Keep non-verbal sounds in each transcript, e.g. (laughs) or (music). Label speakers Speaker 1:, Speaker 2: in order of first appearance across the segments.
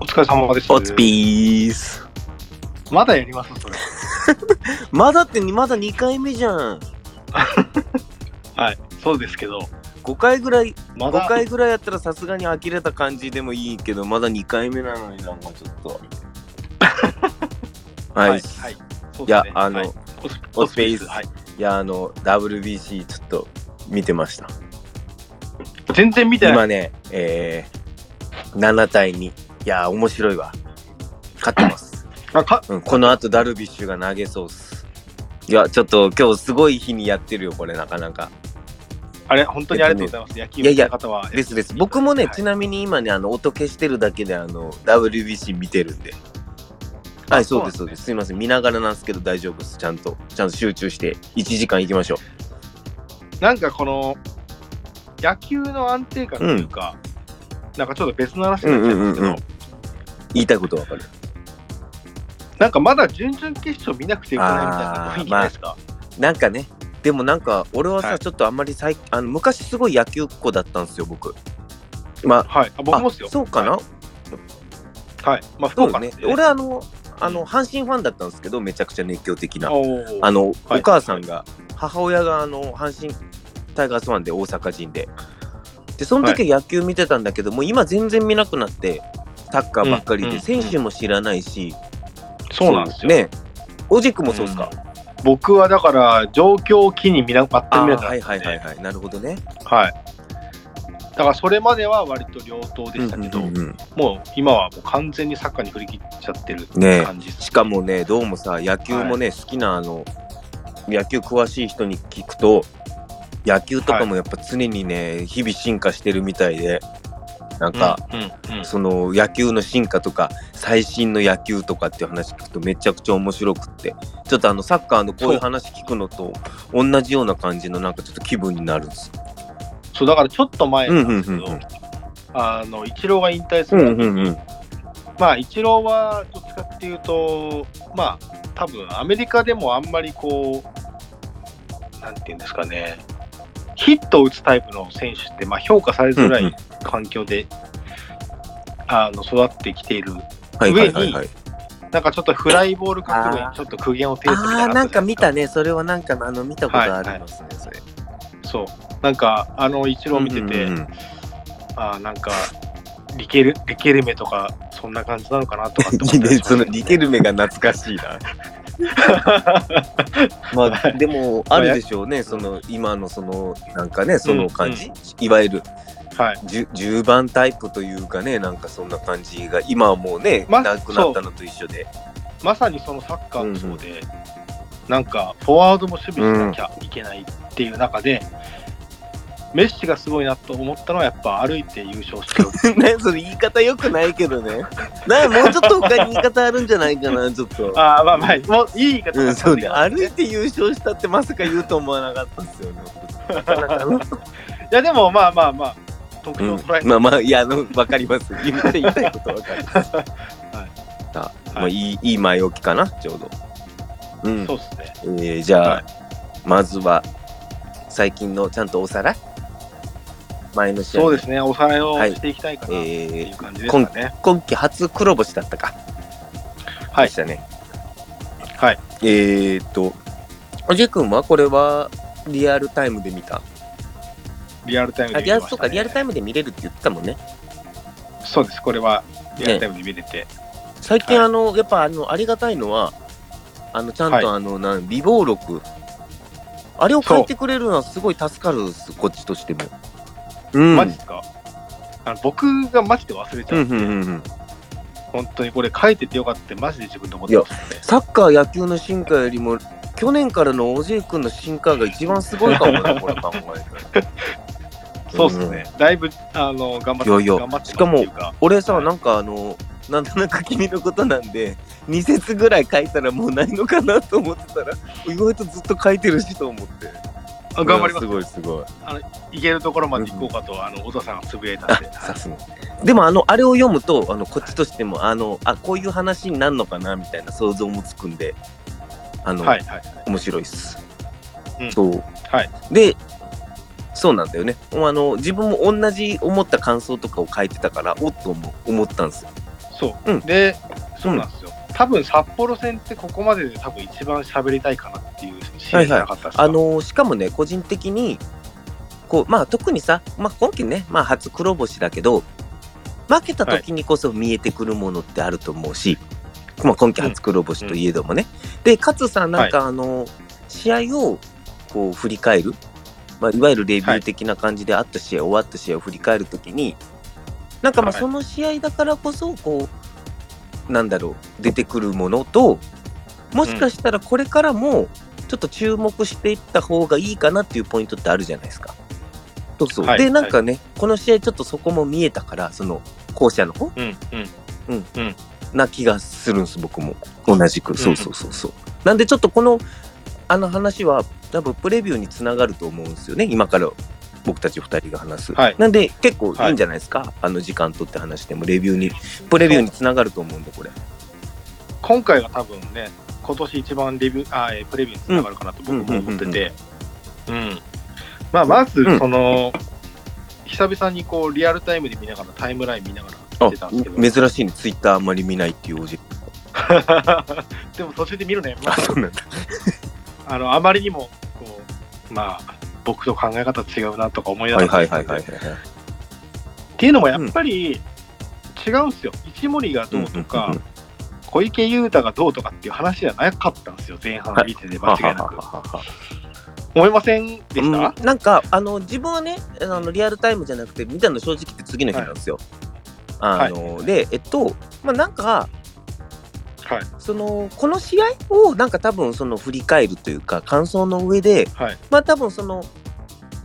Speaker 1: 疲れ様です。
Speaker 2: おつぴーす。
Speaker 1: まだやりますそれ。
Speaker 2: まだって、まだ2回目じゃん。
Speaker 1: はい。そうですけど、
Speaker 2: 5回ぐらい、
Speaker 1: ま
Speaker 2: 5
Speaker 1: だ、
Speaker 2: 回ぐらいやったらさすがに呆れた感じでもいいけど、まだ2回目なのになんかちょっと。は
Speaker 1: (laughs)
Speaker 2: い。
Speaker 1: はい
Speaker 2: い、。
Speaker 1: はい。そうですね
Speaker 2: や、あの、
Speaker 1: はい
Speaker 2: い、
Speaker 1: おつ
Speaker 2: おつぴーす
Speaker 1: はい。
Speaker 2: や、あの、WBC ちょっと見てました。
Speaker 1: 全然見てない。
Speaker 2: 今ね、えー、7対2。いやー、面白いわ。勝ってます。
Speaker 1: あか
Speaker 2: うん、この後ダルビッシュが投げそうっす。いや、ちょっと今日すごい日にやってるよ、これ、なかなか。
Speaker 1: あれ、本当にありがとうございます。野球
Speaker 2: いやいや
Speaker 1: の方は。
Speaker 2: ですです。僕もね、
Speaker 1: はい
Speaker 2: ちなみに今ね、あの、音消してるだけで、あの、WBC 見てるんで。はい、そうで
Speaker 1: そ
Speaker 2: す、そ
Speaker 1: なんです
Speaker 2: うう
Speaker 1: ね
Speaker 2: です。すいません、見ながらなんですけど大丈夫です。ちゃんと、ちゃんと集中して、1時間行きましょ
Speaker 1: なんかこの、野球の安定感というか、なんかちょっと別の話になっちゃいますけ
Speaker 2: うんうんうんう
Speaker 1: ど
Speaker 2: ん、う。言いたいことわかる。
Speaker 1: なんかまだ準々決勝見なくてよくないみたいな雰囲気ないですか
Speaker 2: なんかね、でもなんか、俺はさ、
Speaker 1: はい
Speaker 2: ちょっとあんまり最近、あの、昔すごい野球っ子だったんですよ、僕。まあ、
Speaker 1: はい。あ僕もですよ。
Speaker 2: あそうかな、
Speaker 1: はいはい。まあ、福
Speaker 2: そう
Speaker 1: 岡な
Speaker 2: だ
Speaker 1: ん
Speaker 2: ね
Speaker 1: です。よ
Speaker 2: 俺、あの、あの、阪神ファンだったんですけど、めちゃくちゃ熱狂的な。
Speaker 1: おー
Speaker 2: あの、
Speaker 1: はい
Speaker 2: お母さんが、母親があの阪神タイガースファンで大阪人で。で、その時は野球見てたんだけど、もう今全然見なくなって、サッカーばっかり
Speaker 1: うんう
Speaker 2: で、
Speaker 1: ん
Speaker 2: 選手も知らないし、
Speaker 1: そうなんですよ。
Speaker 2: ね。おじくもそうですか。
Speaker 1: 僕はだから状況を機に見な全く
Speaker 2: あ
Speaker 1: 見な
Speaker 2: ー
Speaker 1: か
Speaker 2: は
Speaker 1: っ
Speaker 2: いは
Speaker 1: たん
Speaker 2: い
Speaker 1: で
Speaker 2: はいはい。なるほどね。
Speaker 1: はいだからそれまでは割と両党でしたけど、
Speaker 2: うんうんうん
Speaker 1: もう今はもう完全にサッカーに振り切っちゃってる
Speaker 2: ね
Speaker 1: 感じです
Speaker 2: しかもね、どうもさ、野球もね、好きなあの、野球詳しい人に聞くと、野球とかもやっぱ常にね、日々進化してるみたいで、なんか、
Speaker 1: うんうんうん
Speaker 2: その野球の進化とか最新の野球とかっていう話聞くとめちゃくちゃ面白くってちょっとあのサッカーのこういう話聞くのと同じような感じのなんかちょっと気分になるんですよ。
Speaker 1: そうだからちょっと前なんですけど、
Speaker 2: うんうんうんうん
Speaker 1: あのイチローが引退する時に、
Speaker 2: うん
Speaker 1: まあイチローはどっちかっていうとまあ多分アメリカでもあんまりこうなんていうんですかねヒットを打つタイプの選手って、まあ、評価されづらい環境で、あの育ってきている
Speaker 2: はいはいはいはい。
Speaker 1: なんかちょっとフライボール覚悟にちょっと苦言を呈すみたいな
Speaker 2: あ
Speaker 1: の
Speaker 2: あー
Speaker 1: があ
Speaker 2: な
Speaker 1: っ
Speaker 2: ん
Speaker 1: たじゃいですか
Speaker 2: か見たねそれはなんかあの見たことありますね、それ。
Speaker 1: そうなんかあのイチロー見てて、
Speaker 2: うんうんうん
Speaker 1: ああなんかリケルリケルメとかそんな感じなのかなとかって思っ
Speaker 2: (laughs) いい
Speaker 1: たり
Speaker 2: ね
Speaker 1: しま
Speaker 2: そ
Speaker 1: す (laughs)
Speaker 2: のリケルメが懐かしいな。まあでもあるでしょうねその今のそのなんかねその感じ、
Speaker 1: う
Speaker 2: いわゆる
Speaker 1: はい
Speaker 2: じゅ10番タイプというかねなんかそんな感じが今はもうね、
Speaker 1: ま
Speaker 2: なくなったのと一緒で
Speaker 1: まさにそのサッカーもそうで、なんかフォワードも守備しなきゃいけないっていう中で、メッシがすごいなと思ったのはやっぱ歩いて優勝してる
Speaker 2: (laughs) ねそれ言い方よくないけどね (laughs) なもうちょっと他に言い方あるんじゃないかなちょっと。
Speaker 1: ああまあまあもういい言い方
Speaker 2: うん、そうね、
Speaker 1: い
Speaker 2: 歩いて優勝したってまさか言うと思わなかったですよね。なかなかの
Speaker 1: やでもまあまあまあ特徴を捉えて、
Speaker 2: まあまあ、いや、あの、わかります。言って言いたいことわかる。 (laughs)
Speaker 1: はい
Speaker 2: さあ、
Speaker 1: はい
Speaker 2: まあ、いい、いい前置きかな、ちょうど。うん。
Speaker 1: そうですね
Speaker 2: えーじゃあ、
Speaker 1: はい
Speaker 2: まずは、最近のちゃんとおさらい前の試合。
Speaker 1: そうですね、おさらいを
Speaker 2: はい
Speaker 1: していきたいかなってい
Speaker 2: え
Speaker 1: う
Speaker 2: ー
Speaker 1: 感じですかね。
Speaker 2: 今季初黒星だったか。
Speaker 1: はい
Speaker 2: でしたね。
Speaker 1: はい。
Speaker 2: えーっと、おじくんはこれは、リアルタイムで見た。
Speaker 1: リアルタイム
Speaker 2: あ、
Speaker 1: で見
Speaker 2: リ
Speaker 1: れ
Speaker 2: ア
Speaker 1: まし
Speaker 2: ル、
Speaker 1: た、ね。
Speaker 2: そうか、リアルタイムで見れるって言ってたもんね。
Speaker 1: そうです、これはリアルタイムで見れて。
Speaker 2: 最近、
Speaker 1: はい
Speaker 2: あのやっぱあのありがたいのはあのちゃん
Speaker 1: はい
Speaker 2: とあの、なん備忘録あれを書いてくれるのはすごい助かるっすこっちとしてもうん
Speaker 1: マジですかあの僕がマジで忘れちゃ
Speaker 2: う
Speaker 1: うんん
Speaker 2: う
Speaker 1: で、
Speaker 2: んうんうん
Speaker 1: 本当にこれ書いててよかったってマジで自分で思ってますもんね。
Speaker 2: サッカー野球の進化よりも去年からのおじい君の進化が一番すごいかもなこれ考えたら
Speaker 1: そうですね、だいぶあの頑張って
Speaker 2: いやいや
Speaker 1: 頑張って
Speaker 2: しかも
Speaker 1: ますっていうか、
Speaker 2: 俺さ
Speaker 1: はい
Speaker 2: なんかあのなんとなく君のことなんで2節 (laughs) ぐらい書いたらもうないのかなと思ってたら意外とずっと書いてるしと思って
Speaker 1: あ頑張りま
Speaker 2: い
Speaker 1: す
Speaker 2: やごいすごい
Speaker 1: いけるところまで行こうかと、あの小田さんがつぶやいたんで。
Speaker 2: さすがでもあのあれを読むとあのこっちとしてもあのあこういう話になるのかなみたいな想像もつくんであの、
Speaker 1: はいはい。
Speaker 2: 面白いっす、
Speaker 1: うん
Speaker 2: そう
Speaker 1: はい
Speaker 2: でそうなんだよねもうあの自分も同じ思った感想とかを書いてたからおっと思思ったんですよ
Speaker 1: そう、
Speaker 2: うん
Speaker 1: でそうなんですよ、多分札幌戦ってここまでで多分一番喋りたいかなっていうシーンじゃなかったですか、
Speaker 2: あのーしかもね個人的にこうまあ特にさ、まあ、今季ね、まあ、初黒星だけど負けた時にこそ見えてくるものってあると思うし、まあ、今季初黒星といえどもね、でかつさなんかあのー試合をこう振り返る、まあ、いわゆるレビュー的な感じであった試合、終わった試合を振り返る時になんかまあ
Speaker 1: はい
Speaker 2: その試合だからこそこうなんだろう出てくるものともしかしたらこれからも、ちょっと注目していった方がいいかなっていうポイントってあるじゃないですか。そうそう。
Speaker 1: はい
Speaker 2: で、なんかね、この試合ちょっとそこも見えたから、その、後者の方
Speaker 1: うんうん
Speaker 2: な気がするんです、僕も。同じく。そうそうそうそう。なんでちょっとこの、あの話は、多分プレビューにつながると思うんですよね、今から。僕たち2人が話す、
Speaker 1: はい
Speaker 2: なんで結構いいんじゃないですか、あの時間とって話してもレビューにプレビューにつながると思うんでこれ
Speaker 1: 今回が多分ね、今年一番レビューあえープレビューにつながるかなと僕も思ってて、うんまあ、まず
Speaker 2: うん、
Speaker 1: その、久々にこうリアルタイムで見ながら、タイムライン見ながら
Speaker 2: あ
Speaker 1: 見てたん (laughs) ですけど、
Speaker 2: 珍しいねツイッターあんまり見ないっていうおじ
Speaker 1: でも途中で見るのやめま
Speaker 2: あ
Speaker 1: し
Speaker 2: そうなんだ
Speaker 1: たあのあまりにもこう、まあ、僕と考え方違うなとか思いな
Speaker 2: は
Speaker 1: が
Speaker 2: い
Speaker 1: ら、
Speaker 2: はいはいはいはいはい
Speaker 1: っていうのもやっぱり違うんですよ、一森がどうとか、
Speaker 2: うんうんうん
Speaker 1: 小池優太がどうとかっていう話じゃなかったんですよ、前半見てて、間違いなく。思いませんでした、
Speaker 2: うんなんかあの自分はねあのリアルタイムじゃなくて見たの正直って次の日なんですよ。あの
Speaker 1: はい
Speaker 2: でえっとまあなんか
Speaker 1: はい
Speaker 2: そのこの試合をなんか多分その振り返るというか感想の上で
Speaker 1: はい
Speaker 2: まあ多分その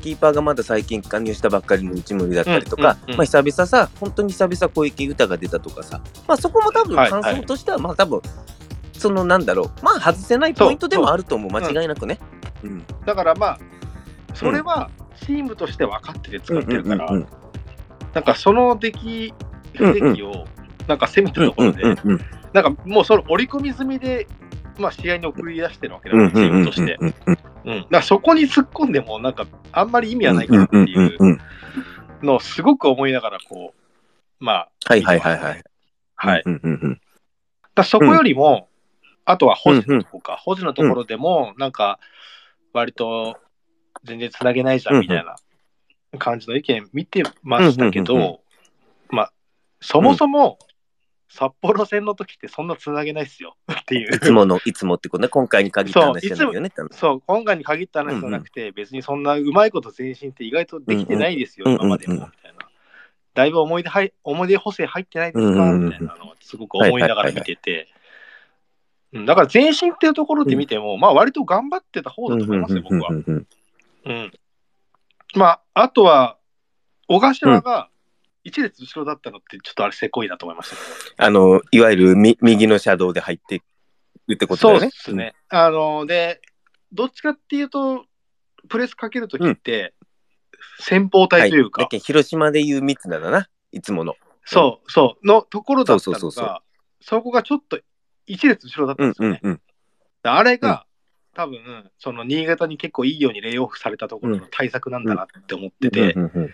Speaker 2: キーパーがまだ最近加入したばっかりの内森だったりとか、
Speaker 1: うんうんうん
Speaker 2: まあ、久々さ本当に久々小池歌が出たとかさ、まあ、そこも多分
Speaker 1: はい
Speaker 2: 感想としてはまあ多分そのなんだろうまあ外せないポイントでもあると思う
Speaker 1: そう
Speaker 2: 間違いなくね。うん
Speaker 1: だからまあそれはチームとして分かってて使ってるから、
Speaker 2: うんうんうんうん
Speaker 1: なんかその出来不出来をなんかせめてるところで、
Speaker 2: うん
Speaker 1: なんかもうその織り込み済みで、まあ、試合に送り出してるわけだ
Speaker 2: う
Speaker 1: か
Speaker 2: ん
Speaker 1: ら、
Speaker 2: うん
Speaker 1: チームとして。うんだからそこに突っ込んでも、なんかあんまり意味はないかなっていう
Speaker 2: うんうんうんうん
Speaker 1: のをすごく思いながら、こう、まあ、
Speaker 2: はいはいはいはい。
Speaker 1: はい。だか
Speaker 2: うんうんうん
Speaker 1: らそこよりも、あとは保持のとこか、保持のところでも、なんか、割と全然つなげないじゃ
Speaker 2: うん
Speaker 1: ん
Speaker 2: うん
Speaker 1: みたいな感じの意見見てましたけ
Speaker 2: うんうんうん
Speaker 1: ど、まあ、そもそも札幌戦の時ってそんなつなげないっすよっていう
Speaker 2: い。つもの、いつもってことね、今回に限った話じゃないよねって話。
Speaker 1: そう、今回に限った話じゃなくて、別にそんなうまいこと前進って意外とできてないですよ、
Speaker 2: うんうん
Speaker 1: 今までも、
Speaker 2: う
Speaker 1: み
Speaker 2: ん
Speaker 1: た
Speaker 2: うん
Speaker 1: いな。だいぶ思い出はい思い出補正入ってないですか、
Speaker 2: うんうんうん
Speaker 1: みたいなのをすごく思いながら見てて。うんだから前進っていうところで見ても、まあ割と頑張ってた方だと思いますよ、僕は。
Speaker 2: うんうんうんうん
Speaker 1: うん。まあ、あとは、小頭が一列後ろだったのって、ちょっとあれせこいなと思いましたけど。
Speaker 2: あの、いわゆるみ右のシャドウで入ってるってことだよね。
Speaker 1: そうですね。あの、で、どっちかっていうと、プレスかけるときって、先方
Speaker 2: うん。は
Speaker 1: 体というか、
Speaker 2: だけど広島でいう三つだな、いつもの。
Speaker 1: そう、そう、のところだったのが、そ
Speaker 2: そ
Speaker 1: う
Speaker 2: そうそうそう
Speaker 1: こがちょっと一列後ろだった
Speaker 2: うんん
Speaker 1: です
Speaker 2: う
Speaker 1: よ
Speaker 2: ん
Speaker 1: ね。
Speaker 2: うん。
Speaker 1: あれが、多分、その新潟に結構いいようにレイオフされたところの対策なんだなって思ってて、
Speaker 2: うんうんうん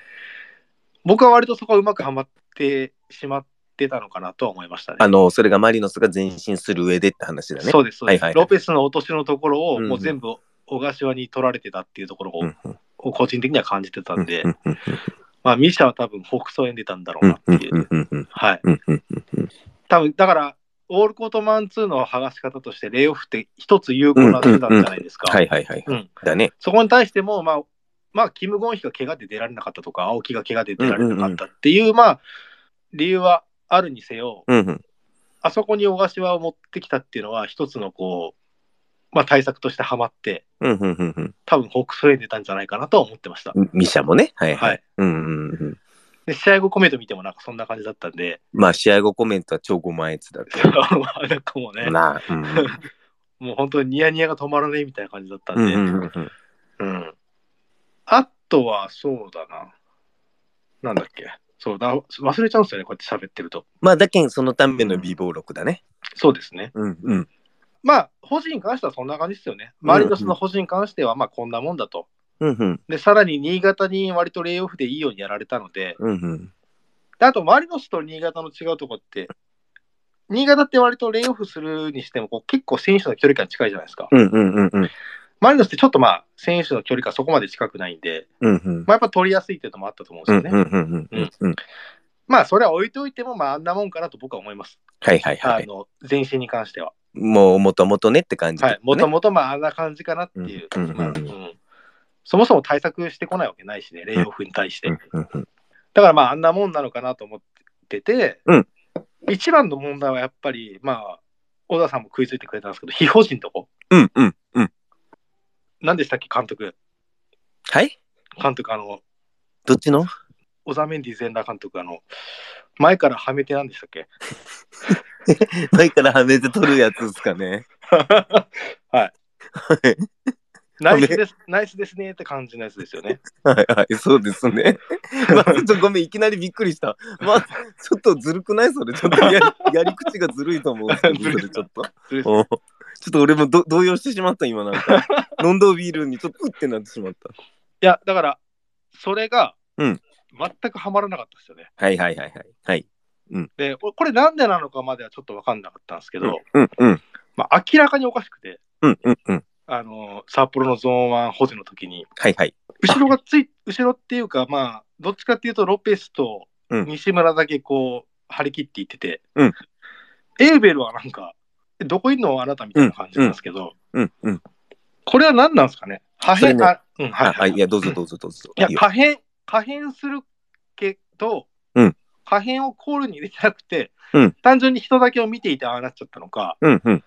Speaker 1: 僕は割とそこはうまくはまってしまってたのかなとは思いましたね。
Speaker 2: あの、それがマリノスが前進する上でって話だね。
Speaker 1: そうです、そうです、
Speaker 2: はいはいはい
Speaker 1: ロペスの落としのところを、もううん全部小柏に取られてたっていうところを
Speaker 2: うんうん
Speaker 1: を個人的には感じてたんで、
Speaker 2: うんうん
Speaker 1: まあ、ミシャは多分、北総園出たんだろ
Speaker 2: う
Speaker 1: うんなっていう。
Speaker 2: うんうんうん
Speaker 1: はい。
Speaker 2: うんうんうん
Speaker 1: 多分、だから、オールコートマン2の剥がし方として、レイオフって一つ有効な手段じゃないですか。
Speaker 2: はいはいはい。
Speaker 1: うん
Speaker 2: だね。
Speaker 1: そこに対しても、まあ、まあ、キム・ゴンヒが怪我で出られなかったとか、青木が怪我で出られなかったっていう、まあ、理由はあるにせよ、
Speaker 2: うんうん。
Speaker 1: あそこに小柏を持ってきたっていうのは、一つのこう、まあ、対策としてはまって、
Speaker 2: うんうんうんうん。
Speaker 1: 多分、北総園出たんじゃないかなとは思ってました。
Speaker 2: ミシャもね。はいは
Speaker 1: はいい。
Speaker 2: うんうんうん。
Speaker 1: で、試合後コメント見ても、なんかそんな感じだったんで、 (laughs)
Speaker 2: まあ試合後コメントは超ご満悦だった
Speaker 1: なんかもうね、
Speaker 2: なあ、うん
Speaker 1: もう本当にニヤニヤが止まらねえみたいな感じだった
Speaker 2: うんん
Speaker 1: で、
Speaker 2: うんうんうん
Speaker 1: うんあとはそうだな。なんだっけ。そうだ、忘れちゃうんですよね、こうやって喋ってると。
Speaker 2: まあだけんそのための美貌録だね。
Speaker 1: そうですね。
Speaker 2: うんうん
Speaker 1: まあ、保持に関してはそんな感じですよね。マリノスの保持に関しては、まあこんなもんだと。
Speaker 2: うんうん
Speaker 1: で、さらに新潟に割とレイオフでいいようにやられたので、
Speaker 2: うんうん
Speaker 1: であとマリノスと新潟の違うとこって、新潟って割とレイオフするにしてもこう結構選手の距離感近いじゃないですか。
Speaker 2: うんうんうんうん。
Speaker 1: マリノスってちょっとまあ選手の距離感そこまで近くないんで、
Speaker 2: うんうん。
Speaker 1: まあ、やっぱ取りやすいっていうのもあったと思うん
Speaker 2: う
Speaker 1: で
Speaker 2: ん
Speaker 1: すよ
Speaker 2: うん
Speaker 1: ね。
Speaker 2: うんうんうん。
Speaker 1: まあそれは置いといてもまああんなもんかなと僕は思います。
Speaker 2: はいはいは
Speaker 1: あ
Speaker 2: い。
Speaker 1: の前身に関しては。
Speaker 2: もう、もともとねって感じ、ね。
Speaker 1: はい。もともとまああんな感じかなっていう。
Speaker 2: うんうんうん
Speaker 1: まあうんそもそも対策してこないわけないしね、レイオフに対して。
Speaker 2: うんうんうん。
Speaker 1: だからまああんなもんなのかなと思ってて、
Speaker 2: うん
Speaker 1: 一番の問題はやっぱりまあ小田さんも食いついてくれたんですけど非法人とこ
Speaker 2: うんうんうん。
Speaker 1: 何でしたっけ監督
Speaker 2: はい
Speaker 1: 監督あの
Speaker 2: どっちの
Speaker 1: 小田メンディ全裸監督あの前からはめて何でしたっけ
Speaker 2: 前からはめて取るやつですかね。
Speaker 1: はい
Speaker 2: はい
Speaker 1: ナイスですナイスですねって感じのやつですよね
Speaker 2: (laughs) はいはい、そうですね。 (laughs) まあ、ちょっとごめん、いきなりびっくりした。まあ、ちょっとずるくないそれ。ちょっと (laughs) やりやり口がずるいと思うんですけど、
Speaker 1: ず
Speaker 2: そ
Speaker 1: るい
Speaker 2: れちょっと。
Speaker 1: それ
Speaker 2: おちょっと俺もど動揺してしまった、今なんか。飲んだビールにちょっとうってなってしまった。
Speaker 1: いやだからそれが
Speaker 2: うん
Speaker 1: 全くはまらなかったですよね、
Speaker 2: はいはいはいはい。はい。
Speaker 1: でおこれなんでなのかまではちょっと分かんなかったんですけど、
Speaker 2: うんうん
Speaker 1: まあ、明らかにおかしくて
Speaker 2: うんうんうん。
Speaker 1: あの札幌のゾーン1保持の時に
Speaker 2: はいはい。
Speaker 1: 後ろがつい後ろっていうかまあどっちかっていうとロペスと
Speaker 2: うん
Speaker 1: 西村だけこう張り切っていってて、
Speaker 2: うん
Speaker 1: エーベルはなんか「えどこいんのあなた」みたいな感じなんですけど、
Speaker 2: うんうん。
Speaker 1: これは何なんですかね破
Speaker 2: それ
Speaker 1: 片、
Speaker 2: ね
Speaker 1: あうんはいは
Speaker 2: あはいい、
Speaker 1: はい
Speaker 2: いや、どうぞどうぞどうぞ。
Speaker 1: いや
Speaker 2: いいよ
Speaker 1: 可変可変するけど、
Speaker 2: うん
Speaker 1: 可変をコールに入れてなくて、
Speaker 2: うん
Speaker 1: 単純に人だけを見ていてああなっちゃったのか
Speaker 2: うんうん。
Speaker 1: っ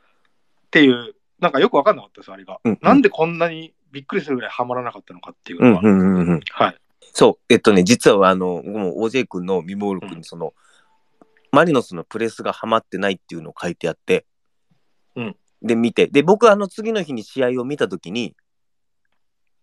Speaker 1: ていうなんかよく分かんなかったですあれが、
Speaker 2: うんうん
Speaker 1: なんでこんなにびっくりするぐらいはまらなかったのかっていうの
Speaker 2: うん
Speaker 1: は、
Speaker 2: うんうんうん。
Speaker 1: はい
Speaker 2: そう、えっとね、実はあの、もう OJ 君の未亡録にその、マリノスのプレスがハマってないっていうのを書いてあって、
Speaker 1: うん
Speaker 2: で、見て、で、僕、あの、次の日に試合を見たときに、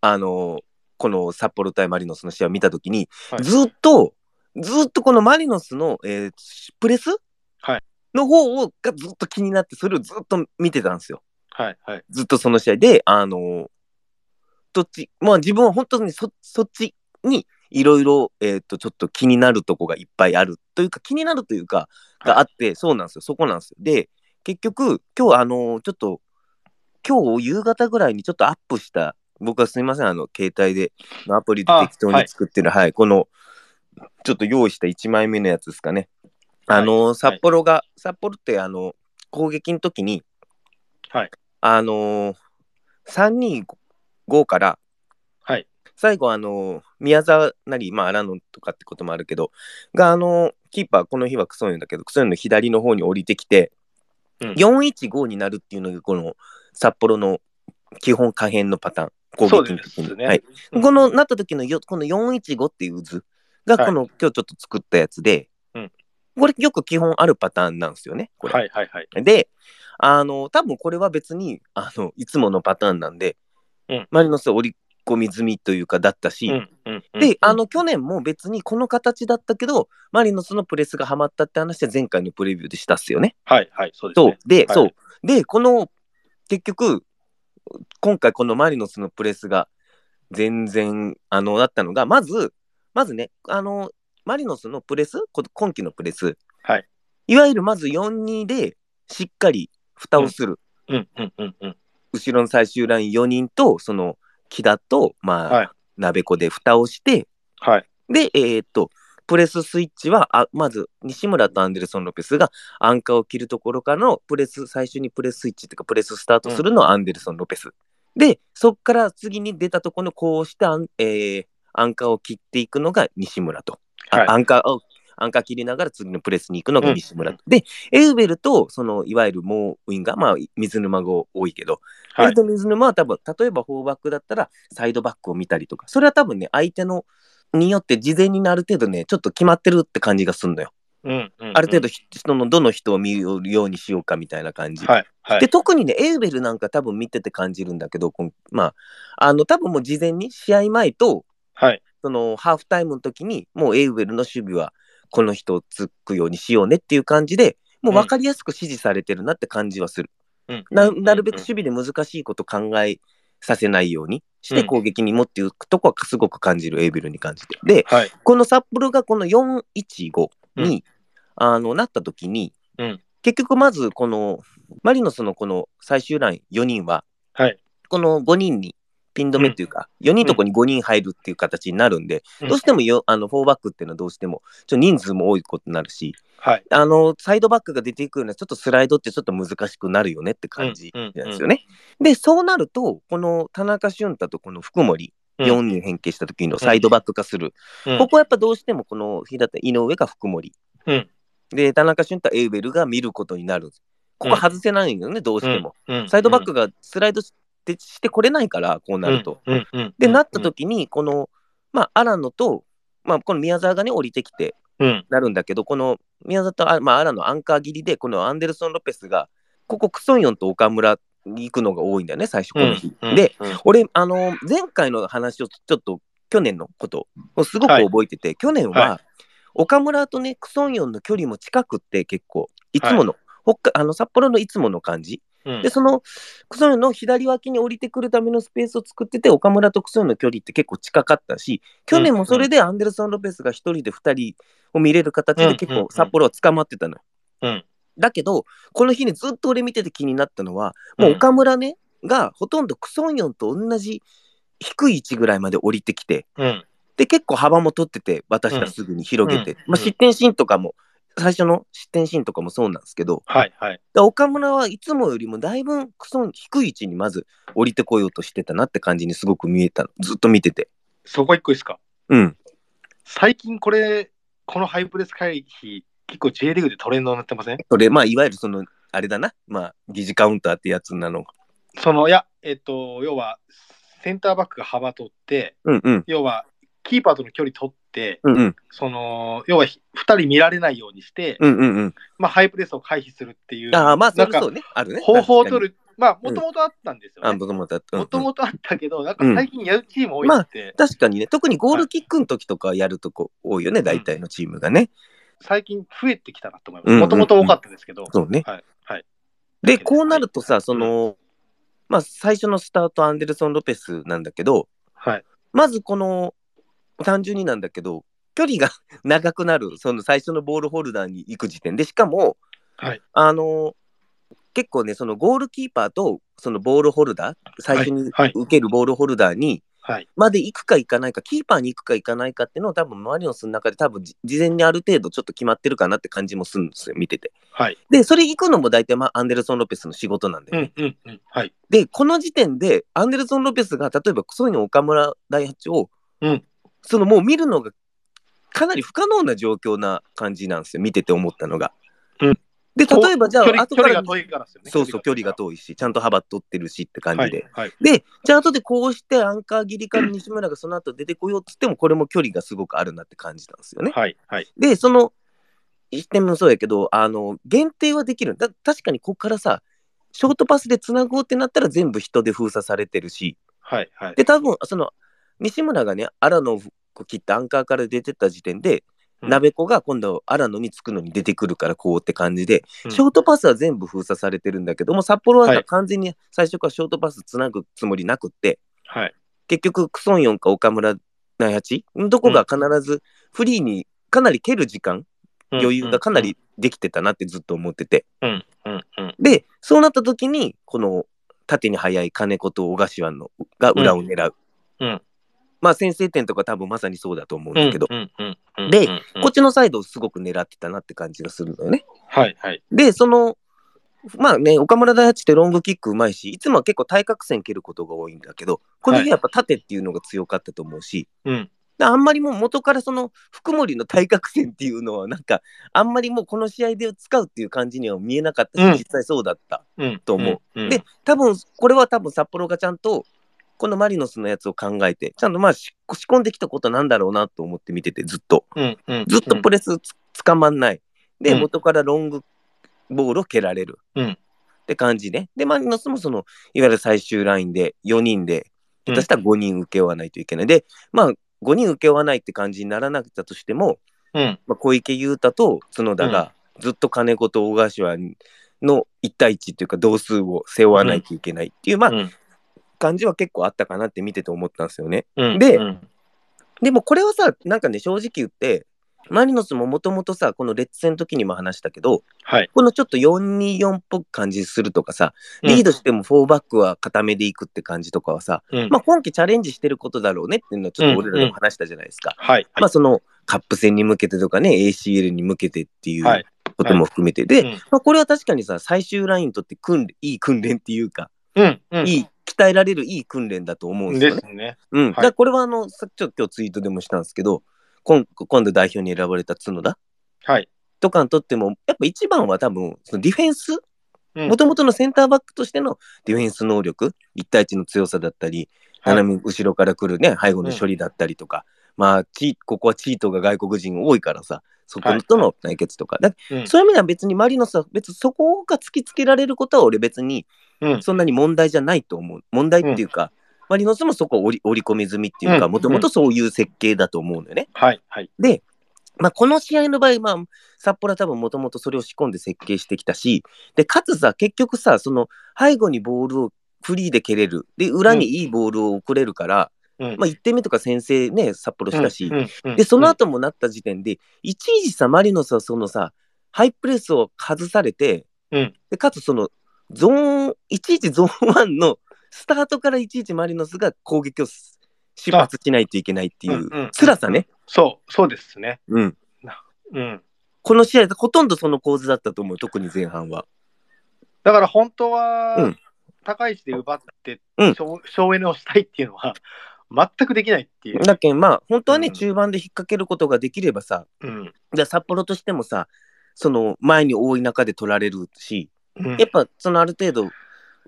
Speaker 2: あの、この札幌対マリノスの試合を見たときに、
Speaker 1: はい
Speaker 2: ずっと、ずっとこのマリノスの、えープレス、
Speaker 1: はい
Speaker 2: の方をがずっと気になって、それをずっと見てたんですよ。
Speaker 1: はいはい
Speaker 2: ずっとその試合で、あのどっち、まあ自分は本当にそそっちにいろいろ、えっ、と、ちょっと気になるとこがいっぱいあるというか、気になるというか、
Speaker 1: はい
Speaker 2: があって、そうなんですよ、そこなんですよ。で、結局、今日、あのちょっと、今日夕方ぐらいにちょっとアップした、僕はすみません、あの、携帯で、のアプリで
Speaker 1: あ
Speaker 2: 適当に作ってる、はい、この、ちょっと用意した1枚目のやつですかね。あの札幌が、札幌って、あの、攻撃の時に、
Speaker 1: はい
Speaker 2: あのー、325から、
Speaker 1: はい
Speaker 2: 最後、あのー宮沢なり、まあ、荒野とかってこともあるけど、が、あのーキーパー、この日はクソヨンだけど、クソヨンの左の方に降りてきて、
Speaker 1: うん
Speaker 2: 415になるっていうのが、この札幌の基本可変のパターン、攻
Speaker 1: そう
Speaker 2: 撃の
Speaker 1: で
Speaker 2: 時に
Speaker 1: すね。
Speaker 2: はい、
Speaker 1: うん
Speaker 2: このなった時のよこの415っていう図が、
Speaker 1: はい
Speaker 2: この、今日ちょっと作ったやつで、
Speaker 1: うん
Speaker 2: これ、よく基本あるパターンなんですよね、これ。
Speaker 1: はいはいはい。
Speaker 2: で、あの、多分これは別に、あの、いつものパターンなんで、
Speaker 1: うん
Speaker 2: マリノスは織り込み済みというかだったし、
Speaker 1: うんうんうん
Speaker 2: で、あ、の、去年も別にこの形だったけど、マリノスのプレスがハマったって話は前回のプレビューでしたっすよね。
Speaker 1: はいはい、そうです
Speaker 2: そう
Speaker 1: ね。。
Speaker 2: で、
Speaker 1: はい
Speaker 2: そう。で、この、結局、今回このマリノスのプレスが全然、あの、だったのが、まず、まずね、あの、マリノスのプレス、こ今期のプレス、
Speaker 1: はい。
Speaker 2: いわゆるまず4-2で、しっかり蓋をする。
Speaker 1: うんうんうんうん。
Speaker 2: 後ろの最終ライン4人と、その、木田と、まあ、
Speaker 1: はい
Speaker 2: 鍋子で蓋をして、
Speaker 1: はい。
Speaker 2: で、えーっと、プレススイッチは、あまず、西村とアンデルソン・ロペスが、アンカーを切るところからの、プレス、最初にプレススイッチっていうか、プレススタートするのはアンデルソン・ロペス。で、そこから次に出たところの、こうしてアン、えーアンカーを切っていくのが西村と。あ
Speaker 1: はい
Speaker 2: アンカーを、アンカー切りながら次のプレスに行くのが西村
Speaker 1: うん
Speaker 2: と。で、エウベルと、その、いわゆるもうウィンガー、まあ、水沼が多いけど、エ
Speaker 1: は
Speaker 2: ル
Speaker 1: い。
Speaker 2: ド水沼は多分、例えばフォーバックだったら、サイドバックを見たりとか、それは多分ね、相手のによって事前にねある程度ね、ちょっと決まってるって感じがすんのよ。
Speaker 1: うんうんうん
Speaker 2: ある程度、人のどの人を見るようにしようかみたいな感じ。
Speaker 1: はいはい。
Speaker 2: で、特にね、エウベルなんか多分見てて感じるんだけど、こんまあ、あの、多分もう事前に試合前と、
Speaker 1: はい。
Speaker 2: そのハーフタイムの時に、もうエウベルの守備はこの人をつくようにしようねっていう感じで、もう分かりやすく指示されてるなって感じはする。
Speaker 1: うん
Speaker 2: ななるべく
Speaker 1: うん
Speaker 2: 守備で難しいこと考えさせないようにして
Speaker 1: うん
Speaker 2: 攻撃に持っていくとこはすごく感じる、エイベルに感じて。で、
Speaker 1: はい。
Speaker 2: この札幌がこの415
Speaker 1: う
Speaker 2: に、あのなった時に、
Speaker 1: うん
Speaker 2: 結局まずこのマリノスのこの最終ライン4人は、
Speaker 1: はい
Speaker 2: この5人にピン止めっていうか、4人とこに5人入るっていう形になるんで、
Speaker 1: うん
Speaker 2: どうしてもよあの4バックっていうのはどうしてもちょっと人数も多いことになるし
Speaker 1: はい。
Speaker 2: あのサイドバックが出てくるのはちょっとスライドってちょっと難しくなるよねって感じ
Speaker 1: うん
Speaker 2: なんですよね。でそうなるとこの田中俊太とこの福森
Speaker 1: うん
Speaker 2: 4人変形した時のサイドバック化する、
Speaker 1: うん
Speaker 2: ここはやっぱどうしてもこの日立井上が福森、
Speaker 1: うん
Speaker 2: で田中俊太エウベルが見ることになるここは外せないよね、どうしても、
Speaker 1: うん
Speaker 2: サイドバックがスライドしてしてこれないからこうなると、。
Speaker 1: うんうんうん
Speaker 2: でなった時にこの、まあ、荒野と、まあ、この宮沢がね降りてきて
Speaker 1: うん。
Speaker 2: なるんだけどこの宮沢とあ、まあ、荒野アンカー切りでこのアンデルソン・ロペスがここクソンヨンと岡村に行くのが多いんだよね最初この日、
Speaker 1: うん
Speaker 2: で、
Speaker 1: うん
Speaker 2: 俺、あの、前回の話をちょっと、去年のことをすごく
Speaker 1: はい
Speaker 2: 覚えてて、去年は、
Speaker 1: は
Speaker 2: 岡村とね、クソンヨンの距離も近くって結構、いつもの、北海あの札幌のいつもの感じ。
Speaker 1: うん
Speaker 2: で、その、クソンヨンの左脇に降りてくるためのスペースを作ってて、岡村とクソンヨンの距離って結構近かったし、去年もそれでアンデルソン・ロペスが一人で二人を見れる形
Speaker 1: うん
Speaker 2: で結
Speaker 1: うんうん
Speaker 2: 構札幌は捕まってたのよ。
Speaker 1: うん
Speaker 2: だけど、この日にずっと俺見てて気になったのは、もう岡村ね、がほとんどクソンヨンと同じ低い位置ぐらいまで降りてきて、
Speaker 1: うん
Speaker 2: で、結構幅も取ってて、渡したすぐに広げ
Speaker 1: う
Speaker 2: て、
Speaker 1: ん
Speaker 2: まあ、
Speaker 1: うん
Speaker 2: 失点シーンとかも、最初の失点シーンとかもそうなんですけど、
Speaker 1: はいはい。
Speaker 2: だ岡村はいつもよりもだいぶクソン低い位置にまず降りてこようとしてたなって感じにすごく見えたの。ずっと見てて。
Speaker 1: そこ一個いいですか
Speaker 2: うん。
Speaker 1: 最近これ、このハイブレス回避、結構 J リーグでトレンドになってません
Speaker 2: それ、まあ、いわゆるその、あれだな、まあ、疑似カウンターってやつなの。
Speaker 1: その、いや、えっと、要は、センターバックが幅取って、
Speaker 2: うんうん。
Speaker 1: 要は、キーパーとの距離取って、
Speaker 2: うんうん。
Speaker 1: その、要はひ、2人見られないようにして、
Speaker 2: うんうんうん。
Speaker 1: まあ、ハイプレスを回避するっていう、
Speaker 2: ああ、まあ、そ
Speaker 1: な
Speaker 2: れ
Speaker 1: ん
Speaker 2: そ
Speaker 1: か
Speaker 2: うね。あるね。
Speaker 1: 方法を取
Speaker 2: る。
Speaker 1: る、まあ、もともとあったんですよ
Speaker 2: あ、
Speaker 1: ね。
Speaker 2: 僕もだって。うんう
Speaker 1: も
Speaker 2: ん
Speaker 1: ともとあったけど、なんか最近やるチーム多いって、
Speaker 2: 確かにね、特にゴールキックの時とかやるとこ多いよね、大体のチームがね。
Speaker 1: 最近増えてきたなと思いま
Speaker 2: う
Speaker 1: す。
Speaker 2: んうんう
Speaker 1: も
Speaker 2: ん
Speaker 1: ともと多かったですけど、
Speaker 2: そうね。
Speaker 1: はい、はい。
Speaker 2: で、こうなるとさ、その、まあ、最初のスタート、アンデルソン・ロペスなんだけど、
Speaker 1: はい。
Speaker 2: まずこの、単純になんだけど、距離が (laughs) 長くなる、その最初のボールホルダーに行く時点で、しかも、
Speaker 1: はい
Speaker 2: あの、結構ね、そのゴールキーパーと、そのボールホルダー、最初に
Speaker 1: はいはい
Speaker 2: 受けるボールホルダーに、
Speaker 1: はい。
Speaker 2: まで行くか行かないか、キーパーに行くか行かないかっていうのを多分マリノスの中で多分じ事前にある程度ちょっと決まってるかなって感じもするんですよ、見てて。
Speaker 1: はい。
Speaker 2: で、それ行くのも大体、まあ、アンデルソン・ロペスの仕事なんで、
Speaker 1: うんうんうん。はい。
Speaker 2: で、この時点でアンデルソン・ロペスが例えばそういうの岡村大八を、
Speaker 1: うん
Speaker 2: そのもう見るのがかなり不可能な状況な感じなんですよ、見てて思ったのが。
Speaker 1: うん
Speaker 2: で、例えばじゃ
Speaker 1: 距離
Speaker 2: あ、後
Speaker 1: 距
Speaker 2: か
Speaker 1: 離
Speaker 2: ら
Speaker 1: が遠いからですよね。
Speaker 2: そうそう、距離が遠いし、ちゃんと幅取ってるしって感じで。
Speaker 1: はい。はい
Speaker 2: で、じゃあ後でこうしてアンカー切りから西村がその後出てこようっつっても、これも距離がすごくあるなって感じたんですよね。
Speaker 1: はい。はい。
Speaker 2: で、その1点もそうやけど、あの、限定はできる。だ確かにここからさ、ショートパスでつなごうってなったら全部人で封鎖されてるし、
Speaker 1: はい。はい。
Speaker 2: で、多分その、西村がね、荒野を切ってアンカーから出てった時点で、
Speaker 1: うん
Speaker 2: 鍋子が今度、荒野につくのに出てくるからこうって感じで、
Speaker 1: うん
Speaker 2: ショートパスは全部封鎖されてるんだけども、札幌は
Speaker 1: は
Speaker 2: さ
Speaker 1: い
Speaker 2: 完全に最初からショートパスつなぐつもりなくって、
Speaker 1: はい。
Speaker 2: 結局クソンヨンか岡村内八どこが必ずフリーにかなり蹴る時間、余裕がかなりできてたなってずっと思ってて、
Speaker 1: うん。うん。うん。
Speaker 2: でそうなった時にこの縦に速い金子と小柏のが裏を狙う、
Speaker 1: うんうん
Speaker 2: まあ先制点とか多分まさにそうだと思うん
Speaker 1: うん。
Speaker 2: だけど、
Speaker 1: うん。うん。うん
Speaker 2: で、
Speaker 1: うん
Speaker 2: こっちのサイドをすごく狙ってたなって感じがするのよね。
Speaker 1: はい。はい。
Speaker 2: でそのまあね岡村大八ってロングキックうまいしいつもは結構対角線蹴ることが多いんだけどこの日はやっぱ縦っていうのが強かったと思うし、
Speaker 1: うん。
Speaker 2: であんまりもう元からその福森の対角線っていうのはなんかあんまりもうこの試合で使うっていう感じには見えなかったし、
Speaker 1: うん
Speaker 2: 実際そうだった。
Speaker 1: うん。
Speaker 2: と思
Speaker 1: うん。うん
Speaker 2: で、多分これは多分札幌がちゃんとこのマリノスのやつを考えてちゃんとまあし仕込んできたことなんだろうなと思って見ててずっと
Speaker 1: うん。うん。
Speaker 2: ずっとプレスつ捕まんない。で
Speaker 1: うん
Speaker 2: 元からロングボールを蹴られる。
Speaker 1: うん
Speaker 2: って感じね。でマリノスもそのいわゆる最終ラインで4人で
Speaker 1: うん
Speaker 2: 下手したら5人請け負わないといけない。で、まあ、5人請け負わないって感じにならなかったとしても、
Speaker 1: うん。
Speaker 2: まあ、小池優太と角田がずっと金子と小柏の1対1というか同数を背負わないといけないっていう、まあ、
Speaker 1: うん
Speaker 2: 感じは結構あったかなって見てて思ったんですよね。
Speaker 1: うん
Speaker 2: で
Speaker 1: うん
Speaker 2: でもこれはさ、なんかね、正直言って、マリノスももともとさ、このレッツ戦の時にも話したけど、
Speaker 1: はい。
Speaker 2: このちょっと424っぽく感じするとかさ、リードしても4バックは固めでいくって感じとかはさ、
Speaker 1: うん、
Speaker 2: まあ今季チャレンジしてることだろうねっていうのはちょっと俺らでも話したじゃないですか。
Speaker 1: はい。
Speaker 2: まあそのカップ戦に向けてとかね、ACL に向けてってい
Speaker 1: はいう
Speaker 2: ことも含めて。で、
Speaker 1: うん
Speaker 2: まあ、これは確かにさ、最終ラインにとって訓練いい訓練っていうか、
Speaker 1: うん。うん。
Speaker 2: いい、鍛えられるいい訓練だと思うんです
Speaker 1: で
Speaker 2: よね
Speaker 1: す。ね。
Speaker 2: うん。だか
Speaker 1: は
Speaker 2: らこれはあの、さちょっと今日ツイートでもしたんですけど、今今度代表に選ばれた角田
Speaker 1: はい。
Speaker 2: とかにとっても、やっぱ一番は多分、そのディフェンス、
Speaker 1: うん
Speaker 2: もともとのセンターバックとしてのディフェンス能力、1対1の強さだったり、
Speaker 1: はい
Speaker 2: 斜め後ろから来るね、背後の処理だったりとか、まあチ、ここはチートが外国人多いからさ、そことの対決とか。だ
Speaker 1: うん
Speaker 2: そういう意味では別にマリノスは別にそこが突きつけられることは俺別に
Speaker 1: うん
Speaker 2: そんなに問題じゃないと思う。問題っていうか、マリノスもそこを織り織り込み済みっていう
Speaker 1: う
Speaker 2: か、
Speaker 1: ん
Speaker 2: もともとそういう設計だと思うのよね。
Speaker 1: はい。はい。
Speaker 2: まあ、この試合の場合、まあ、札幌は多分もともとそれを仕込んで設計してきたし、で、かつさ、結局さ、その背後にボールをフリーで蹴れる、で、裏にいいボールを送れるから、
Speaker 1: うん
Speaker 2: まあ、1点目とか先制ね、札幌したし、
Speaker 1: うんうん
Speaker 2: で、その後もなった時点で、いちいちさ、マリノスはそのさ、ハイプレスを外されて、
Speaker 1: うん
Speaker 2: で、かつその、ゾーン、いちいちゾーン1のスタートからいちいちマリノスが攻撃をす出発しないといけないってい
Speaker 1: あうんうん
Speaker 2: う辛さね。
Speaker 1: そう、そうですね。
Speaker 2: うん。
Speaker 1: うん。
Speaker 2: この試合、ほとんどその構図だったと思う、特に前半は。
Speaker 1: だから本当
Speaker 2: う
Speaker 1: は
Speaker 2: ん、
Speaker 1: 高い位置で奪って
Speaker 2: うん、
Speaker 1: 省省エネをしたいっていうのは、全くできないっていう。
Speaker 2: だけん、まあ、本当はね、
Speaker 1: うん
Speaker 2: 中盤で引っ掛けることができればさ、
Speaker 1: うん。
Speaker 2: じゃあ札幌としてもさ、その前に多い中で取られるし、 (laughs) やっぱそのある程度、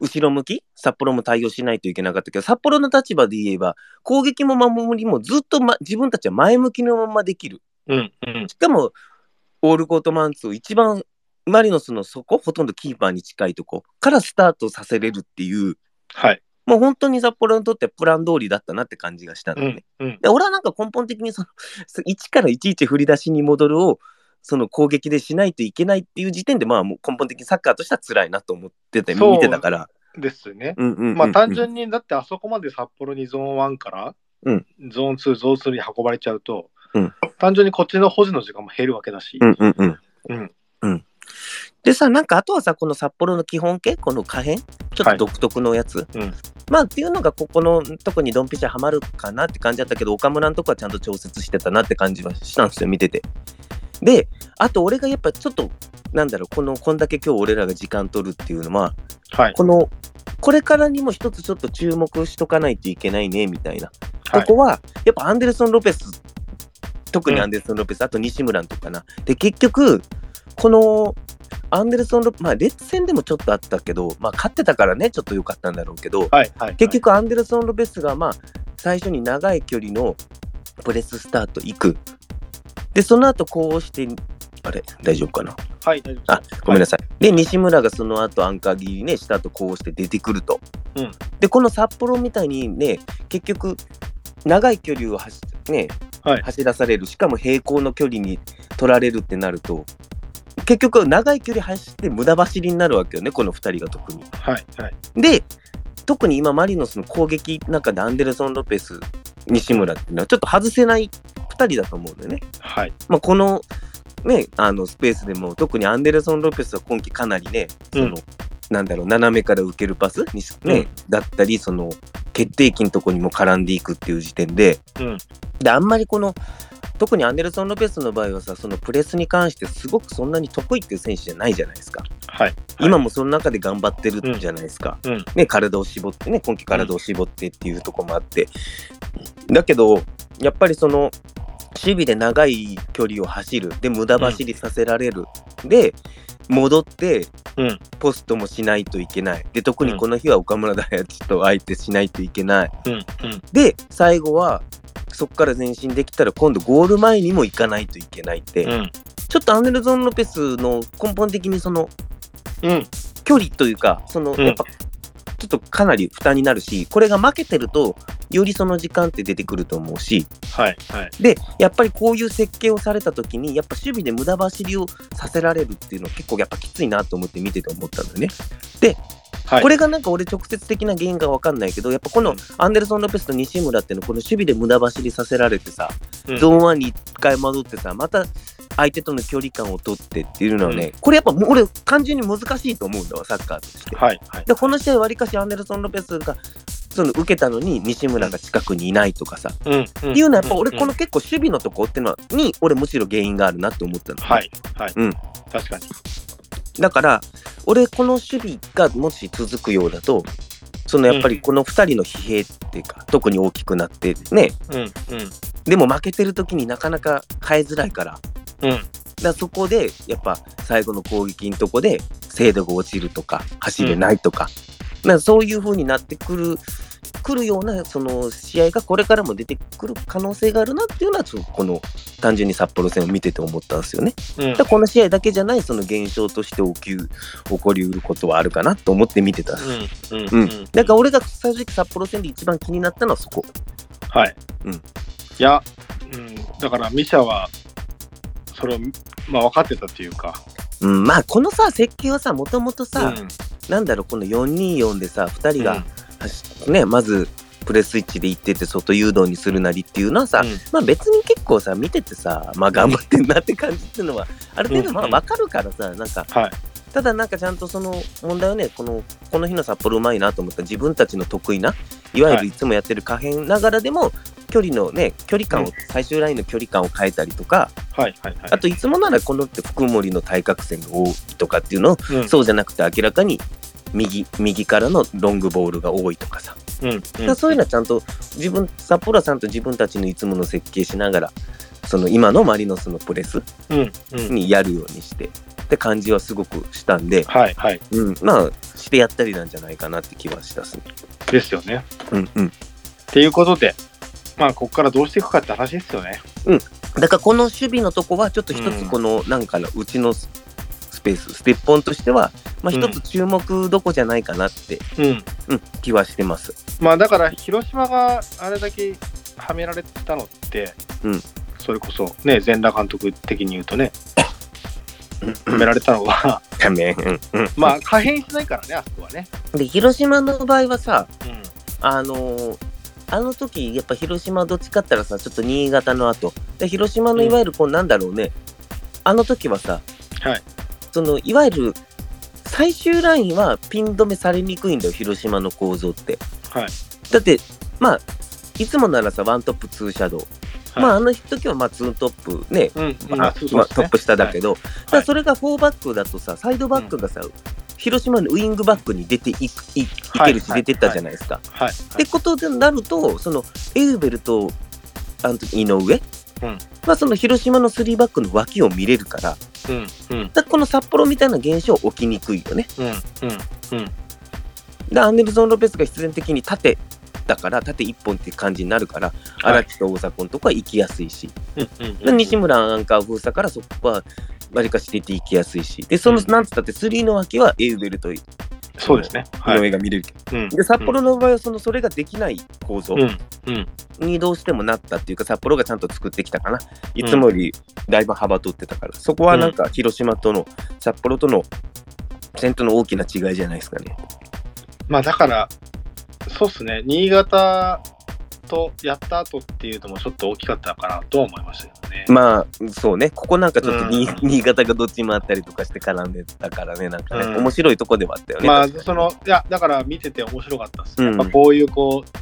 Speaker 2: 後ろ向き、札幌も対応しないといけなかったけど、札幌の立場で言えば、攻撃も守りもずっと、ま、自分たちは前向きのままできる。
Speaker 1: うん。うん。
Speaker 2: しかも、オールコートマンツー、一番マリノスの底、ほとんどキーパーに近いとこからスタートさせれるっていう、
Speaker 1: はい。
Speaker 2: もう本当に札幌にとってはプラン通りだったなって感じがしたんだ
Speaker 1: う
Speaker 2: よね。
Speaker 1: ん。うん。
Speaker 2: で俺はなんか根本的にその1からいちいち振り出しに戻るをその攻撃でしないといけないっていう時点でまあもう根本的にサッカーとしては辛いなと思ってて
Speaker 1: そう
Speaker 2: 見てたから。
Speaker 1: ですね。
Speaker 2: うんうんうんうん
Speaker 1: まあ単純に、だってあそこまで札幌にゾーン1から、
Speaker 2: うん
Speaker 1: ゾーン2、ゾーン3に運ばれちゃうと、
Speaker 2: うん
Speaker 1: 単純にこっちの保持の時間も減るわけだし、
Speaker 2: うんうんうん
Speaker 1: うん
Speaker 2: うんでさなんかあとはさこの札幌の基本形この可変ちょ
Speaker 1: は
Speaker 2: っと
Speaker 1: い
Speaker 2: 独特のやつ、
Speaker 1: うん
Speaker 2: まあっていうのがここの特にドンピシャハマるかなって感じだったけど岡村のとこはちゃんと調節してたなって感じはしたんですよ見ててであと俺がやっぱちょっとなんだろうこのこんだけ今日俺らが時間取るっていうのは
Speaker 1: はい。
Speaker 2: このこれからにも一つちょっと注目しとかないといけないねみたいな
Speaker 1: はい
Speaker 2: ここは、やっぱアンデルソン・ロペス、特にアンデルソン・ロペス、あと西村とかな。で、結局、このアンデルソン・ロペス、まあ、レッツ戦でもちょっとあったけど、まあ、勝ってたからね、ちょっと良かったんだろうけど、
Speaker 1: はい。はい。
Speaker 2: 結局、アンデルソン・ロペスが、まあ、最初に長い距離のプレススタート行く。で、その後、こうして、あれ、大丈夫かな
Speaker 1: はい、大丈夫
Speaker 2: あごめんなさい。で、西村がその後アンカー切りね、した後こうして出てくると。
Speaker 1: うん
Speaker 2: で、この札幌みたいにね、結局、長い距離を走,、ね
Speaker 1: はい
Speaker 2: 走らされる、しかも平行の距離に取られるってなると、結局、長い距離走って無駄走りになるわけよね、この2人が特に。
Speaker 1: はい。はい。
Speaker 2: で、特に今、マリノスの攻撃の中でアンデルソン・ロペス、西村っていうのは、ちょっと外せない2人だと思うんだよね。
Speaker 1: はい。
Speaker 2: まあ、この,、ね、あのスペースでも特にアンデルソン・ロペスは今季かなりね、その
Speaker 1: うん
Speaker 2: なんだろう斜めから受けるパスにし、ね
Speaker 1: うん
Speaker 2: だったりその決定機のとこにも絡んでいくっていう時点で
Speaker 1: うん。
Speaker 2: であんまりこの特にアンデルソン・ロペスの場合はさそのプレスに関してすごくそんなに得意っていう選手じゃないじゃないですか、
Speaker 1: はい。
Speaker 2: 今もその中で頑張ってるじゃないですか、
Speaker 1: うんうん
Speaker 2: ね、体を絞ってね今季体を絞ってっていうとこもあって、だけどやっぱりその守備で長い距離を走るで無駄走りさせられる、で戻って
Speaker 1: うん
Speaker 2: ポストもしないといけないで特にこの日は岡村大地と相手しないといけない
Speaker 1: うん。うん。
Speaker 2: で最後はそこから前進できたら今度ゴール前にも行かないといけないって、
Speaker 1: うん。
Speaker 2: ちょっとアンデルソン・ロペスの根本的にその
Speaker 1: うん。
Speaker 2: 距離というか、その
Speaker 1: うん
Speaker 2: やっぱ、ちょっとかなり負担になるし、これが負けてると、よりその時間って出てくると思うし、
Speaker 1: はい。はい。
Speaker 2: で、やっぱりこういう設計をされたときに、やっぱ守備で無駄走りをさせられるっていうのは結構やっぱきついなと思って見てて思ったのよね。で、
Speaker 1: はい、
Speaker 2: これがなんか俺直接的な原因が分かんないけどやっぱこのアンデルソン・ロペスと西村っていうのこの守備で無駄走りさせられてさ、
Speaker 1: うん
Speaker 2: ゾーン1に一回戻ってさまた相手との距離感を取ってっていうのはね、これやっぱもう俺単純に難しいと思うんだわサッカーとして。
Speaker 1: はい、はい。
Speaker 2: でこの試合わりかしアンデルソン・ロペスがその受けたのに西村が近くにいないとかさ、
Speaker 1: うん、うん。っ
Speaker 2: っていうのはやっぱ俺この、結構守備のとこってのはに俺むしろ原因があるなって思ったの、
Speaker 1: はい、はい。
Speaker 2: うん
Speaker 1: 確かに。
Speaker 2: だから俺この守備がもし続くようだとそのやっぱりこの2人の疲弊っていうか特に大きくなってね
Speaker 1: うん、うん。
Speaker 2: でも負けてる時になかなか変えづらいからだか
Speaker 1: うん、
Speaker 2: らそこでやっぱ最後の攻撃のとこで精度が落ちるとか走れないとか,、なんかそういう風になってくる。くるようなその試合がこれからも出てくる可能性があるなっていうのはちょっとこの単純に札幌戦を見てて思ったんですよね。
Speaker 1: うん
Speaker 2: だからこの試合だけじゃないその現象として起きう起こりうることはあるかなと思って見てた。
Speaker 1: うん、
Speaker 2: う
Speaker 1: うんん、
Speaker 2: だから俺が正直札幌戦で一番気になったのはそこ。
Speaker 1: はい。
Speaker 2: うん
Speaker 1: いや、うん、だからミシャは、それを、まあ、分かってたというか。
Speaker 2: うん、まあこのさ設計はさもともとさ、
Speaker 1: うん
Speaker 2: なんだろうこの424でさ2人が、走ねまずプレスイッチで行ってて外誘導にするなりっていうのはさ、
Speaker 1: うん
Speaker 2: まあ別に結構さ見ててさまあ頑張ってんなって感じっていうのはある程度まあ
Speaker 1: うん
Speaker 2: 分かるからさなんか
Speaker 1: はい。
Speaker 2: ただなんかちゃんとその問題をねこのこの日の札幌うまいなと思った自分たちの得意ないわゆ
Speaker 1: は
Speaker 2: る
Speaker 1: い
Speaker 2: いつもやってる可変ながらでも距離のね距離感を、
Speaker 1: うん
Speaker 2: 最終ラインの距離感を変えたりとか
Speaker 1: はい、はい、はい。
Speaker 2: あといつもならこのって福森の対角線が多いとかっていうのを、
Speaker 1: うん、
Speaker 2: そうじゃなくて明らかに右右からのロングボールが多いとかさ、
Speaker 1: うん、うん、
Speaker 2: だからそういうのはちゃんと自分札幌はちゃんと自分たちのいつもの設計しながらその今のマリノスのプレス
Speaker 1: うん、うん。
Speaker 2: にやるようにしてって感じはすごくしたんで。
Speaker 1: はい、はい。
Speaker 2: うん、まあしてやったりなんじゃないかなって気はしたっすね。
Speaker 1: ですよね。
Speaker 2: うんうん、
Speaker 1: っていうことで、まあ、ここからどうしていくかって話ですよね。
Speaker 2: だからこの守備のとこはちょっと一
Speaker 1: う
Speaker 2: つ
Speaker 1: ん
Speaker 2: このなんかのうちのススペースステップオンとしては、まあ、
Speaker 1: うん
Speaker 2: 一つ注目どこじゃないかなって、
Speaker 1: うん。
Speaker 2: うん、気はしてます。
Speaker 1: まあ、だから、広島があれだけはめられてたのって、
Speaker 2: うん
Speaker 1: それこそ、ね、全裸監督的に言うとね、はめられたのは、
Speaker 2: やめうんうん
Speaker 1: (laughs) まあ、可変しないからね、あそこはね。
Speaker 2: で広島の場合はさ
Speaker 1: うん。
Speaker 2: あのーあの時やっぱ広島どっちかって言ったらさちょっと新潟の後で広島のいわゆるこうなんだろうね、あの時はさ、
Speaker 1: はい
Speaker 2: そのいわゆる最終ラインはピン止めされにくいんだよ広島の構造って。
Speaker 1: はい。
Speaker 2: だってまあいつもならさワントップツーシャドウ、
Speaker 1: はい
Speaker 2: まああの時はまあツートップね、
Speaker 1: うん、
Speaker 2: まあまあトップ下だけ
Speaker 1: ど。
Speaker 2: ど、ただそれがフォーバックだとさサイドバックがさ、広島のウイングバックに出ていくいいけるし、
Speaker 1: はい
Speaker 2: 出てったじゃないですか。
Speaker 1: はい。
Speaker 2: ってことになるとそのエウベルとあの井上、
Speaker 1: うん
Speaker 2: まあ、その広島の3バックの脇を見れるからだか
Speaker 1: うん、うん、
Speaker 2: らこの札幌みたいな現象起きにくいよね。
Speaker 1: うん、うん。
Speaker 2: でアンデルソン・ロペスが必然的に縦だから縦1本って感じになるから
Speaker 1: はい
Speaker 2: 荒木と大迫のとこは行きやすいし、
Speaker 1: う
Speaker 2: で
Speaker 1: ん、
Speaker 2: 西村アンカー封鎖からそこはわりかし出て行きやすいしでその
Speaker 1: うん
Speaker 2: なんつったって3の脇はエウベルと井
Speaker 1: そうですね。はい。
Speaker 2: 上が見れるけど、
Speaker 1: うん
Speaker 2: で札幌の場合はそのそれができない構造、
Speaker 1: うん、うん、
Speaker 2: にどうしてもなったっていうか札幌がちゃんと作ってきたかないつもよりだいぶ幅取ってたから、そこはなんか広島との札幌との戦闘の大きな違いじゃないですかね。
Speaker 1: まあだから、そうっすね、新潟とやった後っていうのもちょっと大きかったかなとは思いましたけどね。
Speaker 2: まあそうねここなんかちょっとに、 (laughs)
Speaker 1: う
Speaker 2: 新潟がどっちもあったりとかして絡んでたからねなんかね、
Speaker 1: うん
Speaker 2: 面白いとこではあったよね。
Speaker 1: まあ、
Speaker 2: 確かに
Speaker 1: その、いや、だから見てて面白かったですね。
Speaker 2: うん
Speaker 1: やっぱこういう、こう、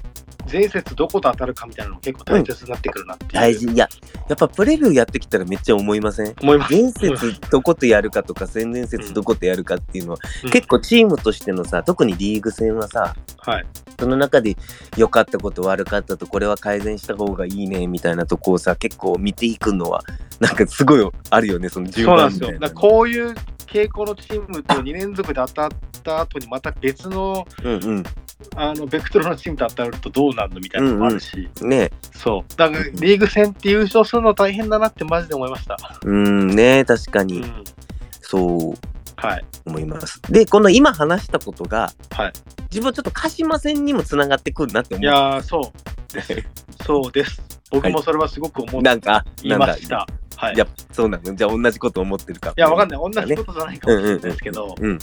Speaker 1: 前節どこと当たるかみたいなのも結構大切になってくるなっていう。
Speaker 2: 大事いややっぱプレビューやってきたらめっちゃ思いません
Speaker 1: 思います。
Speaker 2: 前節どことやるかとか先々節どことやるかっていうのは、
Speaker 1: うん
Speaker 2: 結構チームとしてのさ特にリーグ戦はさ、
Speaker 1: はい。
Speaker 2: その中で良かったこと悪かったとこれは改善した方がいいねみたいなとこをさ結構見ていくのはなんかすごいあるよねその
Speaker 1: そう
Speaker 2: 順
Speaker 1: な
Speaker 2: 番
Speaker 1: ん
Speaker 2: み
Speaker 1: です
Speaker 2: た
Speaker 1: よ。
Speaker 2: い
Speaker 1: だか
Speaker 2: な
Speaker 1: らこういう傾向のチームと2連続で当たった後にまた別の
Speaker 2: うん
Speaker 1: あのベクトルのチームと当たるとどうなるのみたいなのもあるし、
Speaker 2: うんね
Speaker 1: そうだからリーグ戦って優勝するの大変だなってマジで思いました。
Speaker 2: うんね確か
Speaker 1: う
Speaker 2: に、
Speaker 1: ん、
Speaker 2: そう
Speaker 1: はい
Speaker 2: 思いますでこの今話したことが、
Speaker 1: はい
Speaker 2: 自分ちょっと鹿島戦にもつながってくるなって思
Speaker 1: いうやー
Speaker 2: (laughs)
Speaker 1: そうです。そうです。僕もそれはすごく思って
Speaker 2: なんか
Speaker 1: 言
Speaker 2: ないん
Speaker 1: ま
Speaker 2: だ
Speaker 1: した。はい。い
Speaker 2: やそうなのじゃあ同じこと思ってるか
Speaker 1: や、わかん
Speaker 2: ない
Speaker 1: ない。同じことじゃないかもしれないですけど、
Speaker 2: うん